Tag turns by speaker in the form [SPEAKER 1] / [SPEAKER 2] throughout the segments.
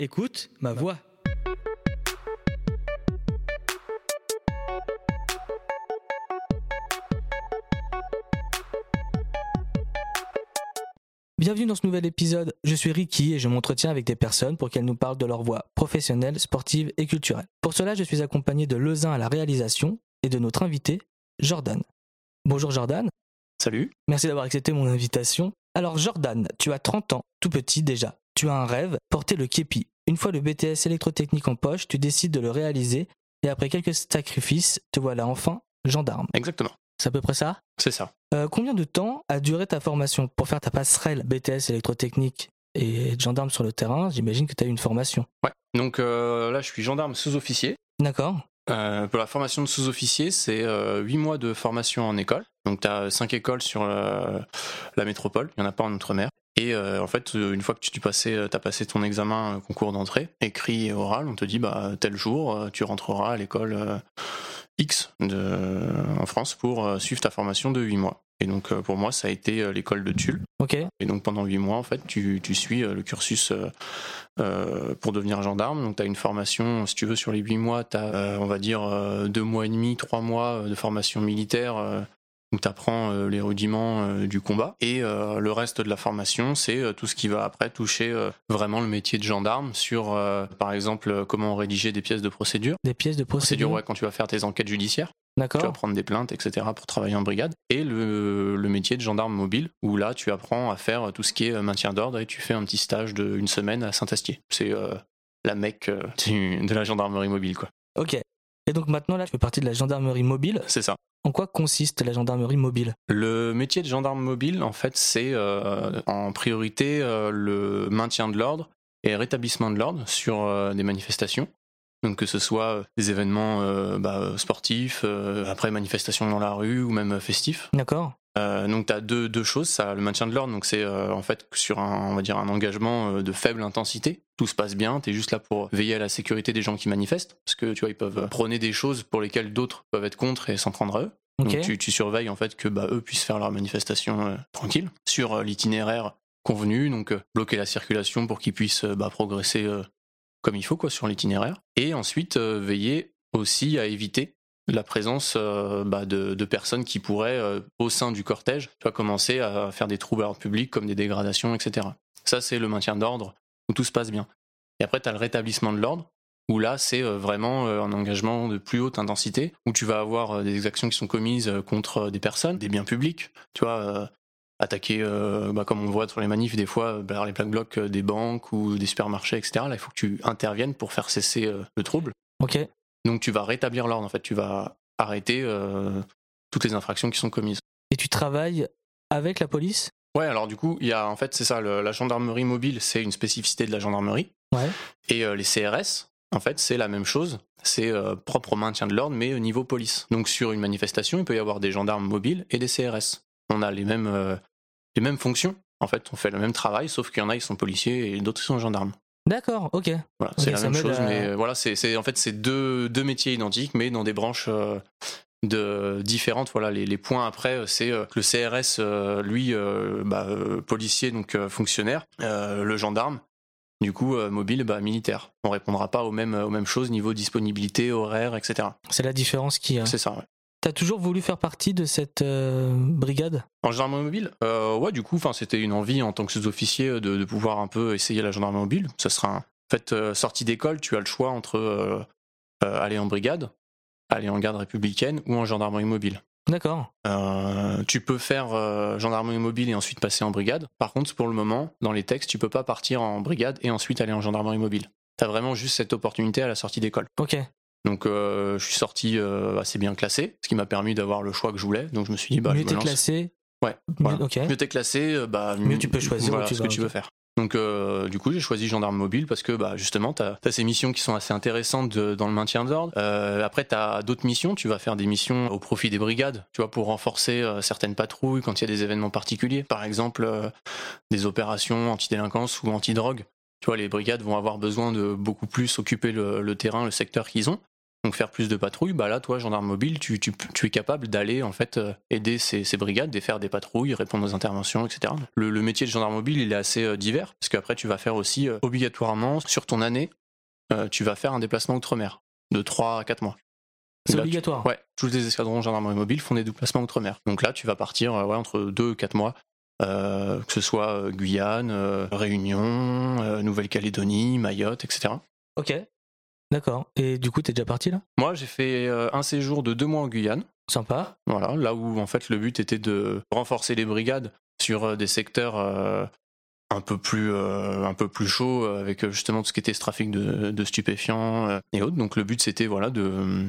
[SPEAKER 1] Écoute ma voix. Bienvenue dans ce nouvel épisode. Je suis Ricky et je m'entretiens avec des personnes pour qu'elles nous parlent de leur voie professionnelle, sportive et culturelle. Pour cela, je suis accompagné de Lezin à la réalisation et de notre invité, Jordan. Bonjour Jordan.
[SPEAKER 2] Salut.
[SPEAKER 1] Merci d'avoir accepté mon invitation. Alors Jordan, tu as 30 ans, tout petit déjà. Tu as un rêve, porter le képi. Une fois le BTS électrotechnique en poche, tu décides de le réaliser et après quelques sacrifices, te voilà enfin gendarme.
[SPEAKER 2] Exactement.
[SPEAKER 1] C'est à peu près ça
[SPEAKER 2] C'est ça.
[SPEAKER 1] Euh, Combien de temps a duré ta formation pour faire ta passerelle BTS électrotechnique et être gendarme sur le terrain J'imagine que tu as eu une formation.
[SPEAKER 2] Ouais. Donc euh, là, je suis gendarme sous-officier.
[SPEAKER 1] D'accord
[SPEAKER 2] Euh, pour la formation de sous-officier, c'est euh, 8 mois de formation en école. Donc tu as 5 écoles sur la, la métropole, il n'y en a pas en Outre-mer. Et euh, en fait, euh, une fois que tu as passé ton examen euh, concours d'entrée, écrit et oral, on te dit bah tel jour, euh, tu rentreras à l'école euh, X de, en France pour euh, suivre ta formation de 8 mois. Et donc euh, pour moi, ça a été euh, l'école de Tulle.
[SPEAKER 1] Ok.
[SPEAKER 2] Et donc pendant 8 mois, en fait, tu, tu suis euh, le cursus euh, euh, pour devenir gendarme. Donc tu as une formation, si tu veux, sur les 8 mois, tu as, on va dire, 2 mois et demi, 3 mois euh, de formation militaire. euh, où tu apprends les rudiments euh, du combat. Et euh, le reste de la formation, c'est euh, tout ce qui va après toucher euh, vraiment le métier de gendarme sur, euh, par exemple, euh, comment rédiger des pièces de procédure.
[SPEAKER 1] Des pièces de
[SPEAKER 2] Procédure,
[SPEAKER 1] procédure.
[SPEAKER 2] ouais, quand tu vas faire tes enquêtes judiciaires. Tu vas
[SPEAKER 1] D'accord.
[SPEAKER 2] prendre des plaintes, etc. pour travailler en brigade. Et le, le métier de gendarme mobile, où là, tu apprends à faire tout ce qui est euh, maintien d'ordre et tu fais un petit stage d'une semaine à Saint-Astier. C'est euh, la mecque euh, du- de la gendarmerie mobile, quoi.
[SPEAKER 1] Ok. Et donc maintenant là, tu fais partie de la gendarmerie mobile.
[SPEAKER 2] C'est ça.
[SPEAKER 1] En quoi consiste la gendarmerie mobile
[SPEAKER 2] Le métier de gendarme mobile, en fait, c'est euh, en priorité euh, le maintien de l'ordre et rétablissement de l'ordre sur euh, des manifestations. Donc que ce soit euh, des événements euh, bah, sportifs, euh, après manifestations dans la rue ou même euh, festifs.
[SPEAKER 1] D'accord
[SPEAKER 2] Euh, donc tu as deux, deux choses, ça, le maintien de l'ordre, donc c'est euh, en fait sur un, on va dire un engagement euh, de faible intensité, tout se passe bien, tu es juste là pour veiller à la sécurité des gens qui manifestent, parce que tu vois, ils peuvent euh, prôner des choses pour lesquelles d'autres peuvent être contre et s'en prendre à eux.
[SPEAKER 1] Ok.
[SPEAKER 2] Donc tu, tu surveilles en fait que bah, eux puissent faire leur manifestation euh, tranquille sur euh, l'itinéraire convenu, donc euh, bloquer la circulation pour qu'ils puissent euh, bah, progresser euh, comme il faut quoi sur l'itinéraire. Et ensuite euh, veiller aussi à éviter la présence euh, bah, de, de personnes qui pourraient euh, au sein du cortège tu vois, commencer à faire des troubles à l'ordre public comme des dégradations, etc. Ça c'est le maintien d'ordre où tout se passe bien. Et après tu as le rétablissement de l'ordre où là c'est euh, vraiment euh, un engagement de plus haute intensité, où tu vas avoir euh, des actions qui sont commises euh, contre euh, des personnes, des biens publics, tu vois, euh, attaquer, euh, bah, comme on voit sur les manifs des fois, euh, par les plaques blocs euh, des banques ou des supermarchés, etc. Là, il faut que tu interviennes pour faire cesser euh, le trouble.
[SPEAKER 1] Ok.
[SPEAKER 2] Donc tu vas rétablir l'ordre, en fait, tu vas arrêter euh, toutes les infractions qui sont commises.
[SPEAKER 1] Et tu travailles avec la police
[SPEAKER 2] Ouais, alors du coup, il y a en fait, c'est ça, le- la gendarmerie mobile, c'est une spécificité de la gendarmerie.
[SPEAKER 1] Ouais.
[SPEAKER 2] Et euh, les CRS, en fait, c'est la même chose. C'est euh, propre au maintien de l'ordre, mais au niveau police. Donc sur une manifestation, il peut y avoir des gendarmes mobiles et des CRS. On a les mêmes, euh, les mêmes fonctions. En fait, on fait le même travail, sauf qu'il y en a, ils sont policiers et d'autres, ils sont gendarmes.
[SPEAKER 1] D'accord, ok.
[SPEAKER 2] Voilà,
[SPEAKER 1] Ok,
[SPEAKER 2] c'est la
[SPEAKER 1] ça
[SPEAKER 2] même
[SPEAKER 1] m'aide
[SPEAKER 2] chose,
[SPEAKER 1] à-
[SPEAKER 2] mais euh, voilà, c'est c'est- en fait c'est deux, deux métiers identiques, mais dans des branches euh, de, différentes. Voilà, les, les points après, euh, c'est euh, que le CRS, euh, lui, euh, bah, euh, policier, donc euh, fonctionnaire, euh, le gendarme, du coup euh, mobile, bah, militaire. On répondra pas aux mêmes, aux mêmes choses niveau disponibilité, horaire, etc.
[SPEAKER 1] C'est la différence qui. euh,
[SPEAKER 2] C'est ça. ouais.
[SPEAKER 1] T'as toujours voulu faire partie de cette euh, brigade
[SPEAKER 2] En gendarmerie mobile, euh, ouais, du coup, enfin, c'était une envie en tant que sous-officier euh, de, de pouvoir un peu essayer la gendarmerie mobile. Ça sera un- en fait euh, sortie d'école, tu as le choix entre euh, euh, aller en brigade, aller en garde républicaine ou en gendarmerie mobile.
[SPEAKER 1] D'accord.
[SPEAKER 2] Euh, tu peux faire euh, gendarmerie mobile et ensuite passer en brigade. Par contre, pour le moment, dans les textes, tu peux pas partir en brigade et ensuite aller en gendarmerie mobile. T'as vraiment juste cette opportunité à la sortie d'école.
[SPEAKER 1] Ok.
[SPEAKER 2] Donc, euh, je suis sorti euh, assez bien classé, ce qui m'a permis d'avoir le choix que je voulais. Donc, je me suis dit, bah,
[SPEAKER 1] mieux
[SPEAKER 2] je me
[SPEAKER 1] t'es
[SPEAKER 2] lance.
[SPEAKER 1] classé.
[SPEAKER 2] Ouais,
[SPEAKER 1] mieux-
[SPEAKER 2] voilà.
[SPEAKER 1] Ok.
[SPEAKER 2] Mieux t'es classé, euh, bah,
[SPEAKER 1] Mieux tu peux choisir où
[SPEAKER 2] voilà
[SPEAKER 1] tu
[SPEAKER 2] ce
[SPEAKER 1] vas,
[SPEAKER 2] que tu
[SPEAKER 1] ok.
[SPEAKER 2] veux faire. Donc, euh, du coup, j'ai choisi gendarme mobile parce que bah, justement, tu as, ces missions qui sont assez intéressantes de- dans le maintien de l'ordre. Euh, après, tu as d'autres missions. Tu vas faire des missions au profit des brigades, tu vois, pour renforcer euh, certaines patrouilles quand il y a des événements particuliers. Par exemple, euh, des opérations anti-délinquance ou anti-drogue. Tu vois, les brigades vont avoir besoin de beaucoup plus occuper le, le terrain, le secteur qu'ils ont. donc faire plus de patrouilles, bah là, toi, gendarme mobile, tu, tu, tu es capable d'aller en fait euh, aider ces, ces brigades, de faire des patrouilles, répondre aux interventions, etc. Le, le métier de gendarme mobile, il est assez euh, divers, parce qu'après, tu vas faire aussi euh, obligatoirement sur ton année, euh, tu vas faire un déplacement outre-mer de 3 à 4 mois.
[SPEAKER 1] C'est
[SPEAKER 2] Là, tu-
[SPEAKER 1] obligatoire.
[SPEAKER 2] Ouais, tous les escadrons gendarmerie mobile font des déplacements outre-mer. Donc là, tu vas partir euh, ouais, entre 2 et 4 mois, euh, que ce soit euh, Guyane, euh, Réunion, euh, Nouvelle-Calédonie, Mayotte, etc.
[SPEAKER 1] Ok. D'accord. Et du coup, t'es déjà parti là
[SPEAKER 2] Moi, j'ai fait euh, un séjour de 2 mois en Guyane,
[SPEAKER 1] Sympa.
[SPEAKER 2] voilà, là où en fait le but était de renforcer les brigades sur euh, des secteurs euh, un peu plus euh, un peu plus chauds euh, avec euh, justement tout ce qui était ce trafic de, de stupéfiants euh, et autres. Donc le but c'était voilà de euh,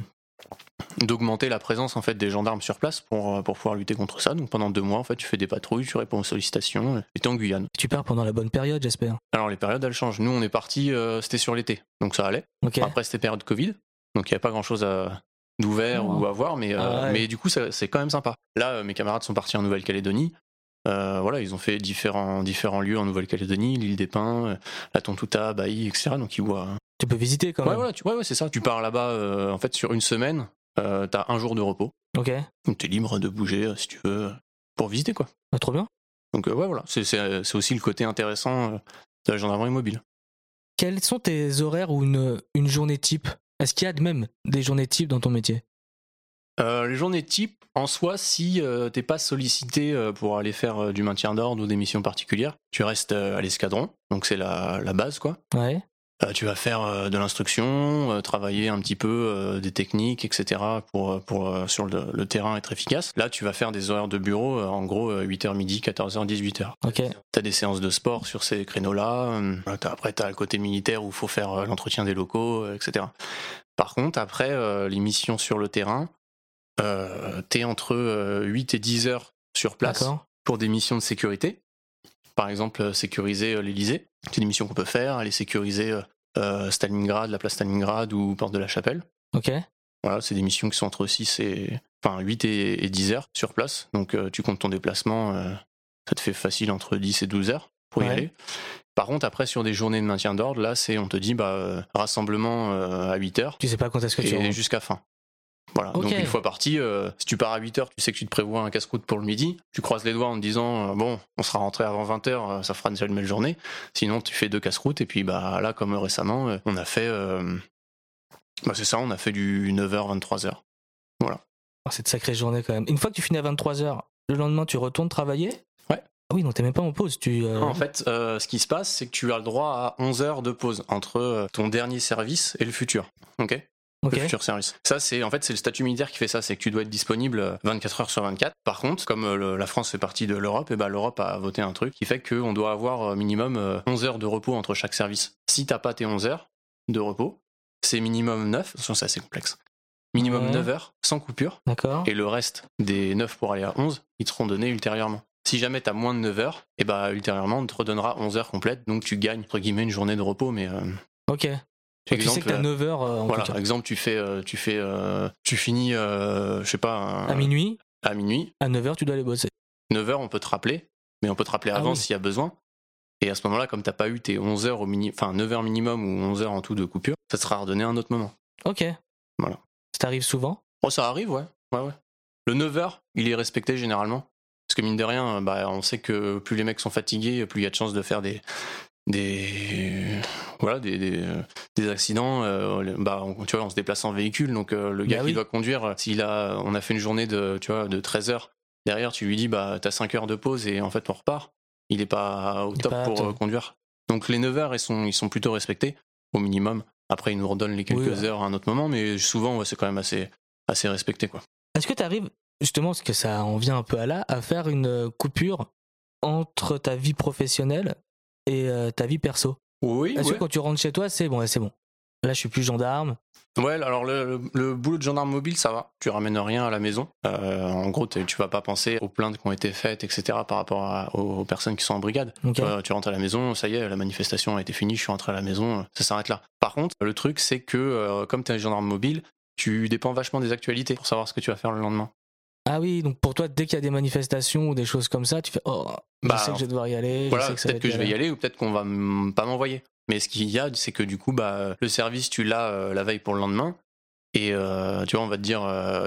[SPEAKER 2] d'augmenter la présence en fait des gendarmes sur place pour, euh, pour pouvoir lutter contre ça. Donc pendant deux mois en fait tu fais des patrouilles, tu réponds aux sollicitations. euh, Et t'es en Guyane.
[SPEAKER 1] Tu pars pendant la bonne période, j'espère.
[SPEAKER 2] Alors les périodes elles changent. Nous on est parti, c'était sur l'été, donc ça allait.
[SPEAKER 1] Ok.
[SPEAKER 2] Après, c'était période Covid, donc il n'y a pas grand chose à d'ouvert
[SPEAKER 1] Non.
[SPEAKER 2] ou à voir, mais, euh,
[SPEAKER 1] Ah ouais.
[SPEAKER 2] mais du coup, ça- c'est quand même sympa. Là, euh, mes camarades sont partis en Nouvelle-Calédonie. Euh, voilà, ils ont fait différents, différents lieux en Nouvelle-Calédonie, l'île des Pins, euh, la Tontouta, Bailly, etc. Donc ils voient. hein.
[SPEAKER 1] Tu peux visiter quand
[SPEAKER 2] Ouais,
[SPEAKER 1] même.
[SPEAKER 2] voilà, tu- ouais, ouais, c'est ça. Tu pars là-bas, euh, en fait, sur une semaine, euh, t'as un jour de repos.
[SPEAKER 1] Ok.
[SPEAKER 2] Donc t'es libre de bouger euh, si tu veux euh, pour visiter, quoi.
[SPEAKER 1] Ah, trop bien.
[SPEAKER 2] Donc euh, ouais, voilà, c'est c'est, euh, c'est aussi le côté intéressant euh, de la gendarmerie mobile.
[SPEAKER 1] Quels sont tes horaires ou une, une journée type Est-ce qu'il y a de même des journées types dans ton métier
[SPEAKER 2] Euh, les journées type, en soi, si euh, t'es pas sollicité euh, pour aller faire euh, du maintien d'ordre ou des missions particulières, tu restes euh, à l'escadron, donc c'est la, la base quoi.
[SPEAKER 1] Ouais.
[SPEAKER 2] Euh, tu vas faire euh, de l'instruction, euh, travailler un petit peu euh, des techniques, etc. pour, euh, pour euh, sur le, le terrain être efficace. Là, tu vas faire des horaires de bureau, euh, en gros 8h midi, 14h, 18h.
[SPEAKER 1] Ok.
[SPEAKER 2] T'as des séances de sport sur ces créneaux-là. euh, voilà, t'as- Après, t'as le côté militaire où il faut faire euh, l'entretien des locaux, euh, etc. Par contre, après, euh, les missions sur le terrain, euh, t'es entre euh, 8 et 10 heures sur place
[SPEAKER 1] D'accord.
[SPEAKER 2] pour des missions de sécurité. Par exemple, euh, sécuriser euh, l'Elysée. C'est des missions qu'on peut faire, aller sécuriser euh, euh, Stalingrad, la place Stalingrad ou Porte de la Chapelle.
[SPEAKER 1] Ok.
[SPEAKER 2] Voilà, c'est des missions qui sont entre 6 et. Enfin, 8 et, et 10 heures sur place. Donc, euh, tu comptes ton déplacement, euh, ça te fait facile entre 10 et 12 heures pour y
[SPEAKER 1] Ouais.
[SPEAKER 2] aller. Par contre, après, sur des journées de maintien d'ordre, là, c'est on te dit bah, euh, rassemblement euh, à 8 heures
[SPEAKER 1] Tu sais pas quand est-ce que tu
[SPEAKER 2] et
[SPEAKER 1] rentres.
[SPEAKER 2] jusqu'à fin. Voilà,
[SPEAKER 1] Ok.
[SPEAKER 2] donc une fois parti, euh, si tu pars à 8h, tu sais que tu te prévois un casse-croûte pour le midi, tu croises les doigts en te disant euh, bon, on sera rentré avant 20h, ça fera déjà une belle journée. Sinon, tu fais deux casse-croûtes et puis bah là comme récemment, euh, on a fait euh, bah c'est ça, on a fait du 9h 23h.
[SPEAKER 1] Oh, c'est de sacrée journée quand même. Une fois que tu finis à 23h, le lendemain, tu retournes travailler
[SPEAKER 2] Ouais.
[SPEAKER 1] Ah oui, non, t'es même pas en pause. Tu, euh,
[SPEAKER 2] En fait, euh, ce qui se passe, c'est que tu as le droit à 11 heures de pause entre euh, ton dernier service et le futur. OK
[SPEAKER 1] ok.
[SPEAKER 2] le futur service. Ça, c'est en fait c'est le statut militaire qui fait ça, c'est que tu dois être disponible euh, 24 heures sur 24. Par contre, comme euh, le- la France fait partie de l'Europe, et ben l'Europe a voté un truc qui fait qu'on doit avoir euh, minimum euh, 11 heures de repos entre chaque service. Si t'as pas tes 11 heures de repos, c'est minimum 9. Attention, c'est assez complexe. Minimum
[SPEAKER 1] Ouais.
[SPEAKER 2] 9 heures sans coupure,
[SPEAKER 1] D'accord.
[SPEAKER 2] et le reste des 9 pour aller à 11, ils te seront donnés ultérieurement. Si jamais t'as moins de 9 heures, et ben ultérieurement on te redonnera 11 heures complètes, donc tu gagnes entre guillemets une journée de repos, mais euh,
[SPEAKER 1] Ok. Donc, tu sais que t'as
[SPEAKER 2] euh,
[SPEAKER 1] 9h en
[SPEAKER 2] voilà,
[SPEAKER 1] tout
[SPEAKER 2] par
[SPEAKER 1] cas.
[SPEAKER 2] exemple, tu fais, euh, tu fais, euh, tu finis, euh, je sais pas, un-
[SPEAKER 1] À minuit,
[SPEAKER 2] à minuit.
[SPEAKER 1] à 9h, tu dois aller bosser.
[SPEAKER 2] 9 h on peut te rappeler, mais on peut te rappeler
[SPEAKER 1] Ah
[SPEAKER 2] avant
[SPEAKER 1] oui.
[SPEAKER 2] s'il y a besoin. Et à ce moment-là, comme t'as pas eu tes 11 heures au mini, enfin 9 heures minimum ou 11 heures en tout de coupure, ça te sera redonné à un autre moment.
[SPEAKER 1] Ok.
[SPEAKER 2] Voilà.
[SPEAKER 1] Ça t'arrive souvent
[SPEAKER 2] Oh, ça arrive, ouais, ouais, ouais. Le 9 heures, il est respecté généralement, parce que mine de rien, bah, on sait que plus les mecs sont fatigués, plus il y a de chances de faire des des voilà des, des, des accidents euh, bah on, tu vois on se déplace en véhicule donc euh, le gars
[SPEAKER 1] Bah
[SPEAKER 2] qui
[SPEAKER 1] oui.
[SPEAKER 2] doit conduire euh, s'il a on a fait une journée de tu vois de 13 heures derrière tu lui dis bah t'as 5 heures de pause et en fait on repart il est pas au
[SPEAKER 1] Il est
[SPEAKER 2] top
[SPEAKER 1] pas
[SPEAKER 2] pour
[SPEAKER 1] top.
[SPEAKER 2] euh, conduire donc les 9 heures ils sont ils sont plutôt respectés au minimum après ils nous redonnent les quelques
[SPEAKER 1] Oui, ouais.
[SPEAKER 2] heures à un autre moment mais souvent ouais, c'est quand même assez assez respecté quoi
[SPEAKER 1] Est-ce que t'arrives, justement, parce que ça en vient un peu à là, à faire une euh, coupure entre ta vie professionnelle et euh, ta vie perso
[SPEAKER 2] oui
[SPEAKER 1] Est-ce que quand tu rentres chez toi, c'est bon, ouais, c'est bon. Là, je suis plus gendarme.
[SPEAKER 2] Ouais, alors le, le- le boulot de gendarme mobile, ça va. Tu ramènes rien à la maison. Euh, en gros, t'es- tu vas pas penser aux plaintes qui ont été faites, etc. par rapport à- aux, aux personnes qui sont en brigade.
[SPEAKER 1] Ok.
[SPEAKER 2] Tu vois, tu rentres à la maison, ça y est, la manifestation a été finie, je suis rentré à la maison, euh, ça s'arrête là. Par contre, le truc, c'est que euh, comme tu es gendarme mobile, tu dépends vachement des actualités pour savoir ce que tu vas faire le lendemain.
[SPEAKER 1] Ah oui, donc pour toi, dès qu'il y a des manifestations ou des choses comme ça, tu fais Oh,
[SPEAKER 2] Bah,
[SPEAKER 1] je sais que je vais devoir y aller.
[SPEAKER 2] voilà,
[SPEAKER 1] je sais que ça va
[SPEAKER 2] peut-être
[SPEAKER 1] être
[SPEAKER 2] que je vais y
[SPEAKER 1] galère.
[SPEAKER 2] aller ou peut-être qu'on va m- pas m'envoyer. Mais ce qu'il y a, c'est que du coup, bah, le service, tu l'as euh, la veille pour le lendemain. Et euh, tu vois, on va te dire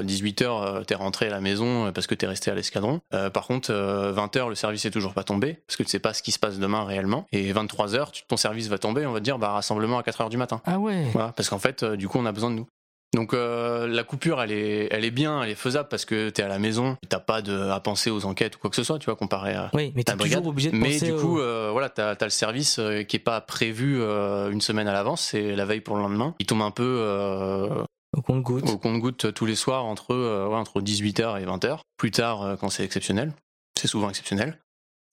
[SPEAKER 2] 18h, t'es rentré à la maison euh, parce que t'es resté à l'escadron. Euh, par contre, 20h, le service est toujours pas tombé parce que tu sais pas ce qui se passe demain réellement. Et 23h, tu- ton service va tomber, on va te dire bah, rassemblement à 4h du matin.
[SPEAKER 1] Ah ouais.
[SPEAKER 2] Voilà, parce qu'en fait, euh, du coup, on a besoin de nous. Donc euh, la coupure, elle est, elle est bien, elle est faisable parce que t'es à la maison, t'as pas de, à penser aux enquêtes ou quoi que ce soit, tu vois, comparé à,
[SPEAKER 1] Oui, mais
[SPEAKER 2] ta
[SPEAKER 1] t'es
[SPEAKER 2] brigade.
[SPEAKER 1] toujours obligé de
[SPEAKER 2] Ah, bah, Mais
[SPEAKER 1] penser
[SPEAKER 2] du
[SPEAKER 1] au-
[SPEAKER 2] coup, euh, voilà, t'as as le service euh, qui est pas prévu euh, une semaine à l'avance, c'est la veille pour le lendemain. Il tombe un peu euh,
[SPEAKER 1] au compte-goutte.
[SPEAKER 2] au compte-goutte tous les soirs entre, euh, ouais, entre 18h et 20h. Plus tard, euh, quand c'est exceptionnel, c'est souvent exceptionnel.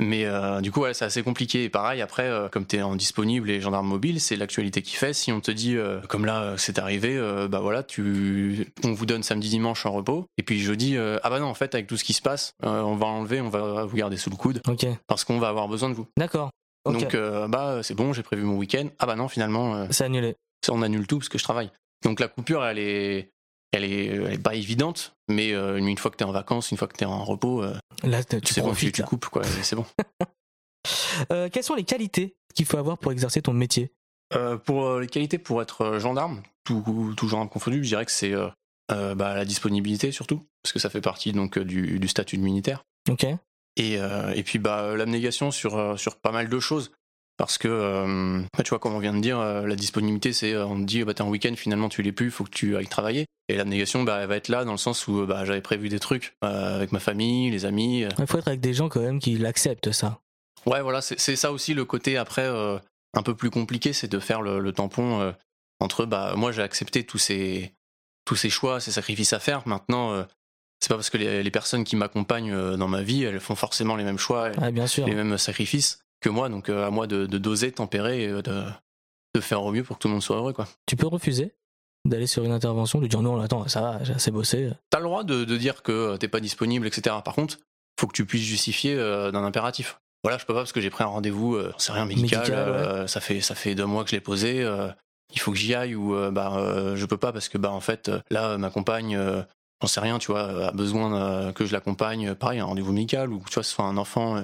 [SPEAKER 2] Mais euh, du coup, ouais, c'est assez compliqué. Et pareil, après, euh, comme t'es en disponible et gendarme mobile, c'est l'actualité qui fait. Si on te dit, euh, comme là, euh, c'est arrivé, euh, bah voilà, tu, on vous donne samedi, dimanche en repos. Et puis jeudi, euh, ah bah non, en fait, avec tout ce qui se passe, euh, on va enlever, on va vous garder sous le coude
[SPEAKER 1] Ok,
[SPEAKER 2] parce qu'on va avoir besoin de vous.
[SPEAKER 1] d'accord. Ok,
[SPEAKER 2] Donc euh, bah c'est bon, j'ai prévu mon week-end. Ah bah non, finalement, euh,
[SPEAKER 1] c'est annulé.
[SPEAKER 2] ça, on annule tout parce que je travaille. Donc la coupure, elle est, elle est, elle est pas évidente, mais euh, une fois que t'es en vacances, une fois que t'es en repos, euh,
[SPEAKER 1] Là, t- tu
[SPEAKER 2] c'est bon, tu,
[SPEAKER 1] profites.
[SPEAKER 2] tu
[SPEAKER 1] là.
[SPEAKER 2] coupes quoi, et c'est bon.
[SPEAKER 1] Euh, quelles sont les qualités qu'il faut avoir pour exercer ton métier
[SPEAKER 2] Euh, pour euh, les qualités pour être euh, gendarme, tout, tout gendarme confondu, je dirais que c'est euh, euh, bah, la disponibilité surtout, parce que ça fait partie donc euh, du, du statut de militaire.
[SPEAKER 1] Ok,
[SPEAKER 2] Et, euh, et puis bah, euh, l'abnégation sur, euh, sur pas mal de choses. Parce que, euh, bah, tu vois, comme on vient de dire, euh, la disponibilité, c'est euh, on te dit, euh, bah, t'es en week-end, finalement tu l'es plus, faut que tu ailles travailler. Et l'abnégation, bah, elle va être là dans le sens où euh, bah, j'avais prévu des trucs euh, avec ma famille, les amis. euh.
[SPEAKER 1] il faut être avec des gens quand même qui l'acceptent ça.
[SPEAKER 2] Ouais, voilà, c'est c'est ça aussi le côté après euh, un peu plus compliqué, c'est de faire le, le tampon euh, entre, bah, moi j'ai accepté tous ces, tous ces choix, ces sacrifices à faire. Maintenant, euh, c'est pas parce que les, les personnes qui m'accompagnent euh, dans ma vie, elles font forcément les mêmes choix,
[SPEAKER 1] Ah bien sûr.
[SPEAKER 2] les mêmes sacrifices que moi. Donc euh, à moi de, de doser, tempérer et euh, de, de faire au mieux pour que tout le monde soit heureux. Quoi.
[SPEAKER 1] Tu peux refuser d'aller sur une intervention, de dire non, attends, ça va, j'ai assez bossé.
[SPEAKER 2] T'as le droit de, de dire que euh, t'es pas disponible, etc. Par contre, faut que tu puisses justifier euh, d'un impératif. Voilà, je peux pas parce que j'ai pris un rendez-vous, euh, c'est rien médical,
[SPEAKER 1] Médical, ouais.
[SPEAKER 2] euh, ça, fait, ça fait deux mois que je l'ai posé, euh, il faut que j'y aille ou euh, bah, euh, je peux pas parce que bah, en fait, euh, là, euh, ma compagne, euh, j'en sais rien, tu vois, euh, a besoin euh, que je l'accompagne, euh, pareil, un rendez-vous médical ou tu vois, ce soit un enfant, euh,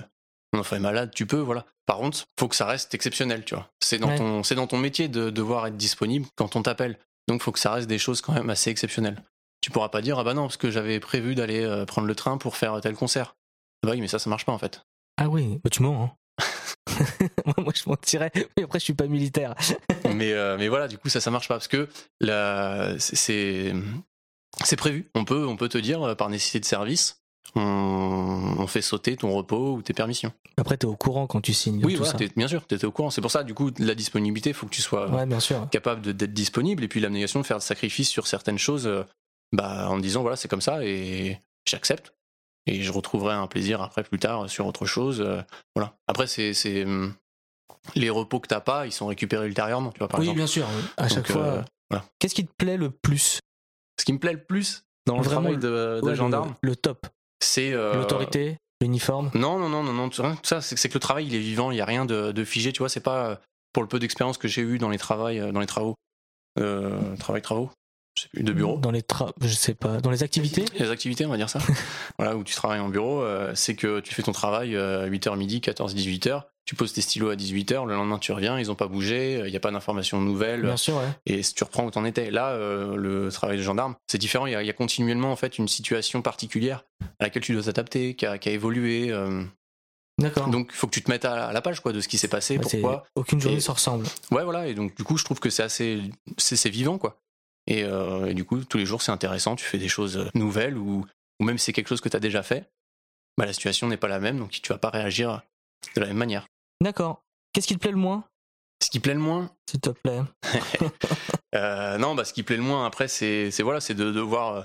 [SPEAKER 2] mon enfant est malade, tu peux, voilà. Par contre, faut que ça reste exceptionnel, tu vois. C'est dans,
[SPEAKER 1] Ouais.
[SPEAKER 2] ton, c'est dans ton métier de devoir être disponible quand on t'appelle. Donc, faut que ça reste des choses quand même assez exceptionnelles. Tu pourras pas dire, ah bah non, parce que j'avais prévu d'aller euh, prendre le train pour faire tel concert. Bah oui, mais ça, ça marche pas en fait.
[SPEAKER 1] Ah oui, bah, tu mens. Hein. moi, moi, je mentirais, mais après je suis pas militaire.
[SPEAKER 2] mais, euh, mais voilà, du coup, ça, ça marche pas parce que la, c'est- c'est, c'est prévu. On peut, on peut te dire, euh, par nécessité de service, on, on fait sauter ton repos ou tes permissions.
[SPEAKER 1] Après t'es au courant quand tu signes
[SPEAKER 2] Oui,
[SPEAKER 1] tout
[SPEAKER 2] voilà,
[SPEAKER 1] ça.
[SPEAKER 2] t'es- bien sûr, t'étais au courant. C'est pour ça, du coup, la disponibilité, faut que tu sois.
[SPEAKER 1] Ouais, bien sûr.
[SPEAKER 2] capable de- d'être disponible et puis l'abnégation de faire le sacrifice sur certaines choses euh, bah, en disant voilà c'est comme ça et j'accepte et je retrouverai un plaisir après plus tard sur autre chose euh, voilà après c'est c'est, hum, les repos que t'as pas ils sont récupérés ultérieurement tu vois par
[SPEAKER 1] oui,
[SPEAKER 2] exemple
[SPEAKER 1] bien sûr. À
[SPEAKER 2] Donc,
[SPEAKER 1] chaque
[SPEAKER 2] euh,
[SPEAKER 1] fois.
[SPEAKER 2] voilà.
[SPEAKER 1] Qu'est-ce qui te plaît le plus
[SPEAKER 2] ce qui me plaît le plus dans le
[SPEAKER 1] Vraiment,
[SPEAKER 2] travail de, de
[SPEAKER 1] Ouais, le-
[SPEAKER 2] gendarme
[SPEAKER 1] Le, top.
[SPEAKER 2] c'est euh,
[SPEAKER 1] L'autorité, l'uniforme.
[SPEAKER 2] Non, non, non, non, non, tout rien que ça, c'est c'est que le travail, il est vivant, il n'y a rien de, de figé, tu vois, c'est pas euh, pour le peu d'expérience que j'ai eu dans les travails, euh, dans les travaux, euh, travail, travaux, je sais plus, de bureau.
[SPEAKER 1] Dans les tra- je sais pas, dans les activités.
[SPEAKER 2] Les activités, on va dire ça. voilà, où tu travailles en bureau, euh, c'est que tu fais ton travail euh, 8h midi, 14, 18h, tu poses tes stylos à 18h, le lendemain tu reviens, ils n'ont pas bougé, il n'y a pas d'informations nouvelles,
[SPEAKER 1] Bien sûr, ouais.
[SPEAKER 2] et tu reprends où t'en étais. Là, euh, le travail de gendarme, c'est différent, il y, a- il y a continuellement en fait une situation particulière à laquelle tu dois t'adapter, qui a, qui a évolué. euh,
[SPEAKER 1] D'accord.
[SPEAKER 2] donc il faut que tu te mettes à, la- à la page quoi, de ce qui s'est passé,
[SPEAKER 1] Ouais, Bah, c'est-
[SPEAKER 2] pourquoi.
[SPEAKER 1] Aucune journée
[SPEAKER 2] Et-
[SPEAKER 1] se ressemble.
[SPEAKER 2] Ouais, voilà, et donc du coup, je trouve que c'est assez. C'est c'est vivant, quoi. Et, euh, et du coup, tous les jours, c'est intéressant, tu fais des choses euh, nouvelles ou, ou même si c'est quelque chose que tu as déjà fait, bah, la situation n'est pas la même, donc tu vas pas réagir de la même manière.
[SPEAKER 1] D'accord. Qu'est-ce qui te plaît le moins,
[SPEAKER 2] Ce qui plaît le moins,
[SPEAKER 1] s'il te plaît
[SPEAKER 2] euh, non, bah, ce qui plaît le moins après, c'est c'est, voilà, c'est de devoir. euh,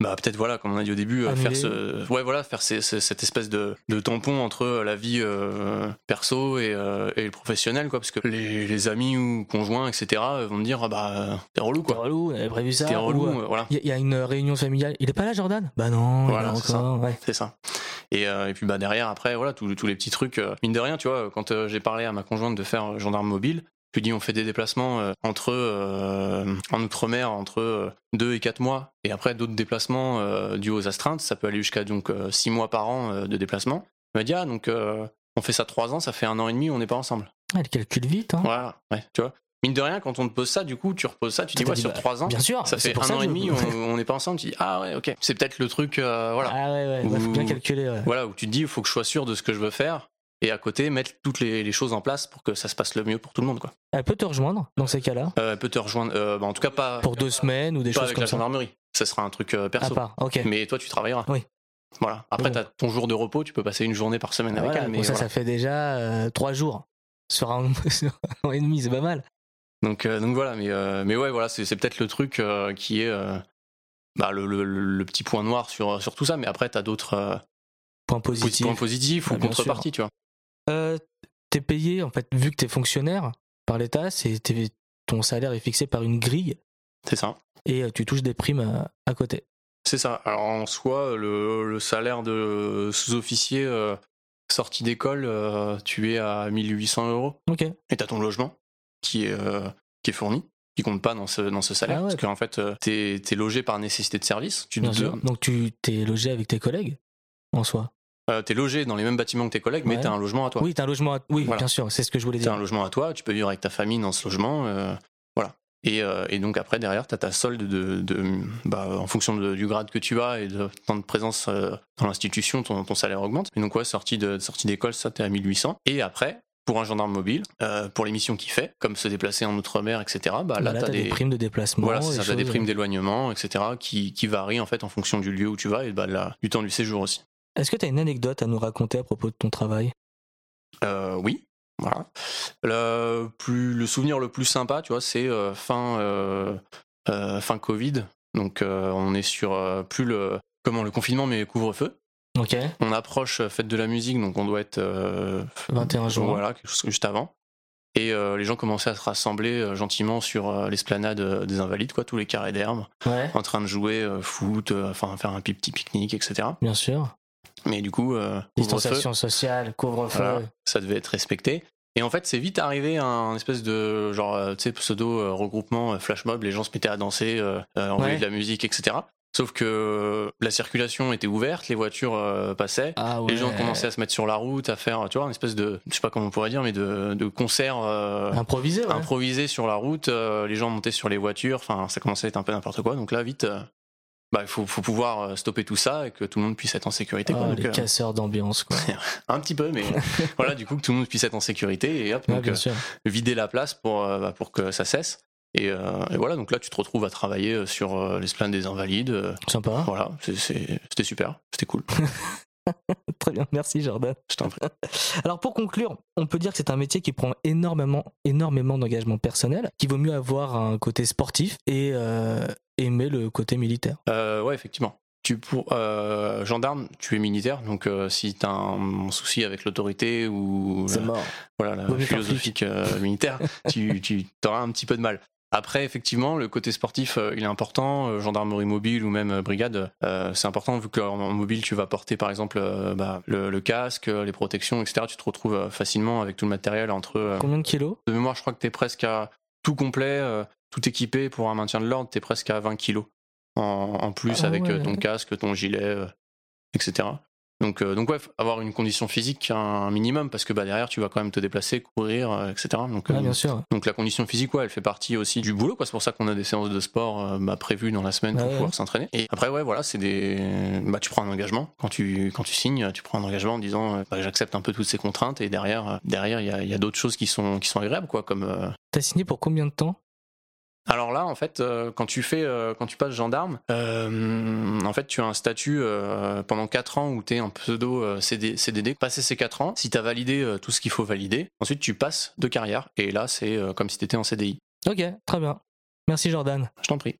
[SPEAKER 2] bah, peut-être voilà comme on a dit au début euh,
[SPEAKER 1] Annuler.
[SPEAKER 2] faire ce ouais voilà faire ces- ces- cette espèce de, de tampon entre euh, la vie euh, perso et, euh, et le professionnel quoi parce que les, les amis ou conjoints etc vont me dire ah bah t'es relou
[SPEAKER 1] T'es
[SPEAKER 2] quoi
[SPEAKER 1] relou, on avait prévu ça.
[SPEAKER 2] t'es
[SPEAKER 1] ou,
[SPEAKER 2] relou
[SPEAKER 1] euh,
[SPEAKER 2] euh, voilà
[SPEAKER 1] Il y, a- il y a une euh, réunion familiale. Il est pas là, Jordan Bah non,
[SPEAKER 2] Voilà,
[SPEAKER 1] il est
[SPEAKER 2] c'est
[SPEAKER 1] encore. ouais.
[SPEAKER 2] C'est ça. Et, euh, et puis bah derrière, après, voilà, tous tous les petits trucs. euh, mine de rien, tu vois, quand euh, j'ai parlé à ma conjointe de faire euh, gendarme mobile, je lui dis on fait des déplacements euh, entre euh, en outre-mer entre 2 et 4 mois, et après d'autres déplacements euh, dus aux astreintes, ça peut aller jusqu'à donc 6 mois par an euh, de déplacement. Elle m'a dit ah donc euh, on fait ça 3 ans, ça fait un an et demi, on n'est pas ensemble.
[SPEAKER 1] Ah, Elle calcule vite. Hein.
[SPEAKER 2] Voilà, ouais, tu vois. Mine de rien, quand on te pose ça, du coup, tu reposes ça, tu
[SPEAKER 1] Toi,
[SPEAKER 2] dis,
[SPEAKER 1] t'as
[SPEAKER 2] ouais,
[SPEAKER 1] dit,
[SPEAKER 2] sur
[SPEAKER 1] bah,
[SPEAKER 2] trois ans,
[SPEAKER 1] Bien sûr.
[SPEAKER 2] ça
[SPEAKER 1] c'est
[SPEAKER 2] fait
[SPEAKER 1] pour
[SPEAKER 2] un an
[SPEAKER 1] que-
[SPEAKER 2] et demi, on on n'est pas ensemble, tu dis, ah ouais, ok. C'est peut-être le truc, euh, voilà.
[SPEAKER 1] Ah ouais, ouais, ouais, faut bien
[SPEAKER 2] Ou-
[SPEAKER 1] calculé. Ouais.
[SPEAKER 2] Voilà, où tu te dis, il faut que je sois sûr de ce que je veux faire, et à côté, mettre toutes les, les choses en place pour que ça se passe le mieux pour tout le monde, quoi.
[SPEAKER 1] Elle peut te rejoindre dans ces cas-là
[SPEAKER 2] Euh, elle peut te rejoindre, euh, bah, en tout cas, pas,
[SPEAKER 1] pour deux semaines ou des
[SPEAKER 2] pas
[SPEAKER 1] choses
[SPEAKER 2] avec
[SPEAKER 1] comme
[SPEAKER 2] la
[SPEAKER 1] ça.
[SPEAKER 2] gendarmerie. Ça sera un truc euh,
[SPEAKER 1] À
[SPEAKER 2] perso.
[SPEAKER 1] part, ok.
[SPEAKER 2] Mais toi, tu travailleras.
[SPEAKER 1] Oui.
[SPEAKER 2] Voilà. Après,
[SPEAKER 1] Bon.
[SPEAKER 2] t'as ton jour de repos, tu peux passer une journée par semaine
[SPEAKER 1] Ah,
[SPEAKER 2] avec
[SPEAKER 1] voilà,
[SPEAKER 2] elle.
[SPEAKER 1] bon,
[SPEAKER 2] Mais
[SPEAKER 1] ça, ça
[SPEAKER 2] voilà.
[SPEAKER 1] fait déjà euh, trois jours sur un, sur un an et demi, c'est pas mal.
[SPEAKER 2] Donc, euh, donc voilà, mais, euh, mais ouais, voilà, c'est c'est peut-être le truc euh, qui est euh, bah, le, le- le petit point noir sur, sur tout ça. Mais après, t'as d'autres euh,
[SPEAKER 1] Point positif.
[SPEAKER 2] points positifs
[SPEAKER 1] Ah,
[SPEAKER 2] ou
[SPEAKER 1] bien
[SPEAKER 2] contreparties, tu vois.
[SPEAKER 1] Euh, t'es payé, en fait, vu que t'es fonctionnaire par l'État, c'est t'es- ton salaire est fixé par une grille
[SPEAKER 2] C'est ça.
[SPEAKER 1] et euh, tu touches des primes euh, à côté.
[SPEAKER 2] C'est ça. Alors en soi, le, le salaire de sous-officier euh, sorti d'école, euh, tu es à 1800 euros.
[SPEAKER 1] Ok.
[SPEAKER 2] Et t'as ton logement qui est, euh, qui est fourni, qui compte pas dans ce, dans ce salaire.
[SPEAKER 1] Ah ouais.
[SPEAKER 2] Parce qu'en fait, euh, t'es es logé par nécessité de service. Tu
[SPEAKER 1] Bien
[SPEAKER 2] te-
[SPEAKER 1] sûr. Donc tu t'es logé avec tes collègues en soi.
[SPEAKER 2] euh, t'es logé dans les mêmes bâtiments que tes collègues, mais
[SPEAKER 1] Ouais.
[SPEAKER 2] t'as un logement à toi.
[SPEAKER 1] Oui, t'as un logement. à- Oui,
[SPEAKER 2] Voilà.
[SPEAKER 1] bien sûr, c'est ce que je voulais
[SPEAKER 2] T'as
[SPEAKER 1] dire.
[SPEAKER 2] un logement à toi, tu peux vivre avec ta famille dans ce logement. euh, voilà. Et, euh, et donc après, derrière, t'as ta solde de, de- bah, en fonction de- du grade que tu as et de temps de présence euh, dans l'institution, ton, ton salaire augmente. Et donc, ouais, sortie de- sortie d'école, ça, t'es à 1800. Et après, pour un gendarme mobile, euh, pour les missions qu'il fait, comme se déplacer en outre-mer, etc., bah, là,
[SPEAKER 1] Voilà,
[SPEAKER 2] t'as des,
[SPEAKER 1] primes de déplacement.
[SPEAKER 2] voilà, c'est
[SPEAKER 1] des
[SPEAKER 2] ça, t'as des
[SPEAKER 1] choses.
[SPEAKER 2] primes d'éloignement, etc., qui, qui varient en fait en fonction du lieu où tu vas et bah, de la- du temps du séjour aussi.
[SPEAKER 1] Est-ce que t'as une anecdote à nous raconter à propos de ton travail
[SPEAKER 2] Euh, oui, voilà. Le, plus, le souvenir le plus sympa, tu vois, c'est euh, fin, euh, euh, fin Covid. Donc, euh, on est sur euh, plus le, comment, le confinement, mais couvre-feu.
[SPEAKER 1] Ok.
[SPEAKER 2] On approche euh, fête de la musique, donc on doit être euh,
[SPEAKER 1] 21 juin.
[SPEAKER 2] Voilà, quelque chose juste avant. Et euh, les gens commençaient à se rassembler euh, gentiment sur euh, l'esplanade euh, des Invalides, quoi, tous les carrés d'herbe,
[SPEAKER 1] Ouais.
[SPEAKER 2] en train de jouer euh, foot, euh, enfin faire un petit pique-nique, etc.
[SPEAKER 1] Bien sûr.
[SPEAKER 2] Mais du coup, euh, couvre-feu,
[SPEAKER 1] Distanciation sociale, couvre-feu.
[SPEAKER 2] Voilà, ça devait être respecté. Et en fait, c'est vite arrivé un espèce de genre, euh, tu sais, pseudo euh, regroupement euh, flash mob. Les gens se mettaient à danser, euh, euh, envoyer
[SPEAKER 1] Ouais.
[SPEAKER 2] de la musique, etc. Sauf que euh, la circulation était ouverte, les voitures euh, passaient.
[SPEAKER 1] Ah
[SPEAKER 2] Les gens commençaient à se mettre sur la route, à faire, tu vois, une espèce de, je sais pas comment on pourrait dire, mais de, de concert euh,
[SPEAKER 1] improviser. ouais.
[SPEAKER 2] improvisé sur la route. euh, les gens montaient sur les voitures. Enfin, ça commençait à être un peu n'importe quoi. Donc là, vite, euh, bah, il faut, faut pouvoir euh, stopper tout ça et que tout le monde puisse être en sécurité. quoi.
[SPEAKER 1] Ah,
[SPEAKER 2] Donc,
[SPEAKER 1] les
[SPEAKER 2] euh,
[SPEAKER 1] casseurs d'ambiance, quoi.
[SPEAKER 2] un petit peu, mais voilà, du coup, que tout le monde puisse être en sécurité et hop,
[SPEAKER 1] Ouais,
[SPEAKER 2] donc,
[SPEAKER 1] Ah, bien
[SPEAKER 2] euh,
[SPEAKER 1] sûr.
[SPEAKER 2] vider la place pour, euh, bah, pour que ça cesse. Et, euh, et voilà, donc là, tu te retrouves à travailler euh, sur euh, l'esplanade des Invalides. euh,
[SPEAKER 1] Sympa.
[SPEAKER 2] Voilà, c'est- c'est- c'était super, c'était cool.
[SPEAKER 1] Très bien. Merci, Jordan.
[SPEAKER 2] C'était un prix.
[SPEAKER 1] Alors pour conclure, on peut dire que c'est un métier qui prend énormément, énormément d'engagement personnel, qu'il vaut mieux avoir un côté sportif et euh, aimer le côté militaire.
[SPEAKER 2] Euh, ouais, effectivement. Tu pour euh, gendarme, tu es militaire, donc euh, si t'as un, souci avec l'autorité ou la-
[SPEAKER 1] mort.
[SPEAKER 2] voilà, la
[SPEAKER 1] Vaut mieux faire
[SPEAKER 2] philosophique euh, militaire, tu, tu auras un petit peu de mal. Après, effectivement, le côté sportif, euh, il est important. euh, gendarmerie mobile ou même euh, brigade, euh, c'est important vu que en en mobile, tu vas porter par exemple euh, bah, le, le casque, euh, les protections, etc. Tu te retrouves euh, facilement avec tout le matériel entre. euh,
[SPEAKER 1] Combien de kilos
[SPEAKER 2] de mémoire, je crois que tu es presque à tout complet, euh, tout équipé pour un maintien de l'ordre, tu es presque à 20 kilos en, en plus
[SPEAKER 1] Ah
[SPEAKER 2] avec euh,
[SPEAKER 1] ouais.
[SPEAKER 2] ton casque, ton gilet, euh, etc. Donc, euh, donc ouais, faut avoir une condition physique un, un minimum parce que bah, derrière tu vas quand même te déplacer, courir, euh, etc. Donc, euh,
[SPEAKER 1] Ah, Bien sûr.
[SPEAKER 2] donc la condition physique, ouais, elle fait partie aussi du boulot. quoi. C'est pour ça qu'on a des séances de sport euh, bah, prévues dans la semaine pour
[SPEAKER 1] Ouais, ouais.
[SPEAKER 2] pouvoir s'entraîner. Et après, ouais, voilà, c'est des. Bah, tu prends un engagement. Quand tu, quand tu signes, tu prends un engagement en disant euh, bah, j'accepte un peu toutes ces contraintes. Et derrière, euh, derrière, il y a, il y a d'autres choses qui sont, qui sont agréables, quoi. Comme. euh,
[SPEAKER 1] T'as signé pour combien de temps
[SPEAKER 2] Alors là, en fait, euh, quand tu fais, euh, quand tu passes gendarme, euh, en fait, tu as un statut euh, pendant 4 ans où tu es en pseudo euh, CD, CDD. Passé ces 4 ans, si tu as validé euh, tout ce qu'il faut valider, ensuite tu passes de carrière. Et là, c'est euh, comme si tu étais en CDI.
[SPEAKER 1] Ok, très bien. Merci Jordan.
[SPEAKER 2] Je t'en prie.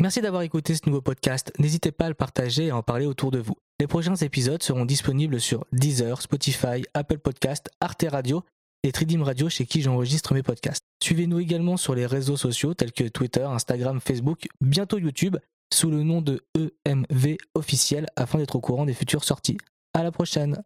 [SPEAKER 1] Merci d'avoir écouté ce nouveau podcast. N'hésitez pas à le partager et à en parler autour de vous. Les prochains épisodes seront disponibles sur Deezer, Spotify, Apple Podcast, Arte Radio et Tridim Radio chez qui j'enregistre mes podcasts. Suivez-nous également sur les réseaux sociaux tels que Twitter, Instagram, Facebook, bientôt YouTube, E sous le nom de EMV officiel afin d'être au courant des futures sorties. À la prochaine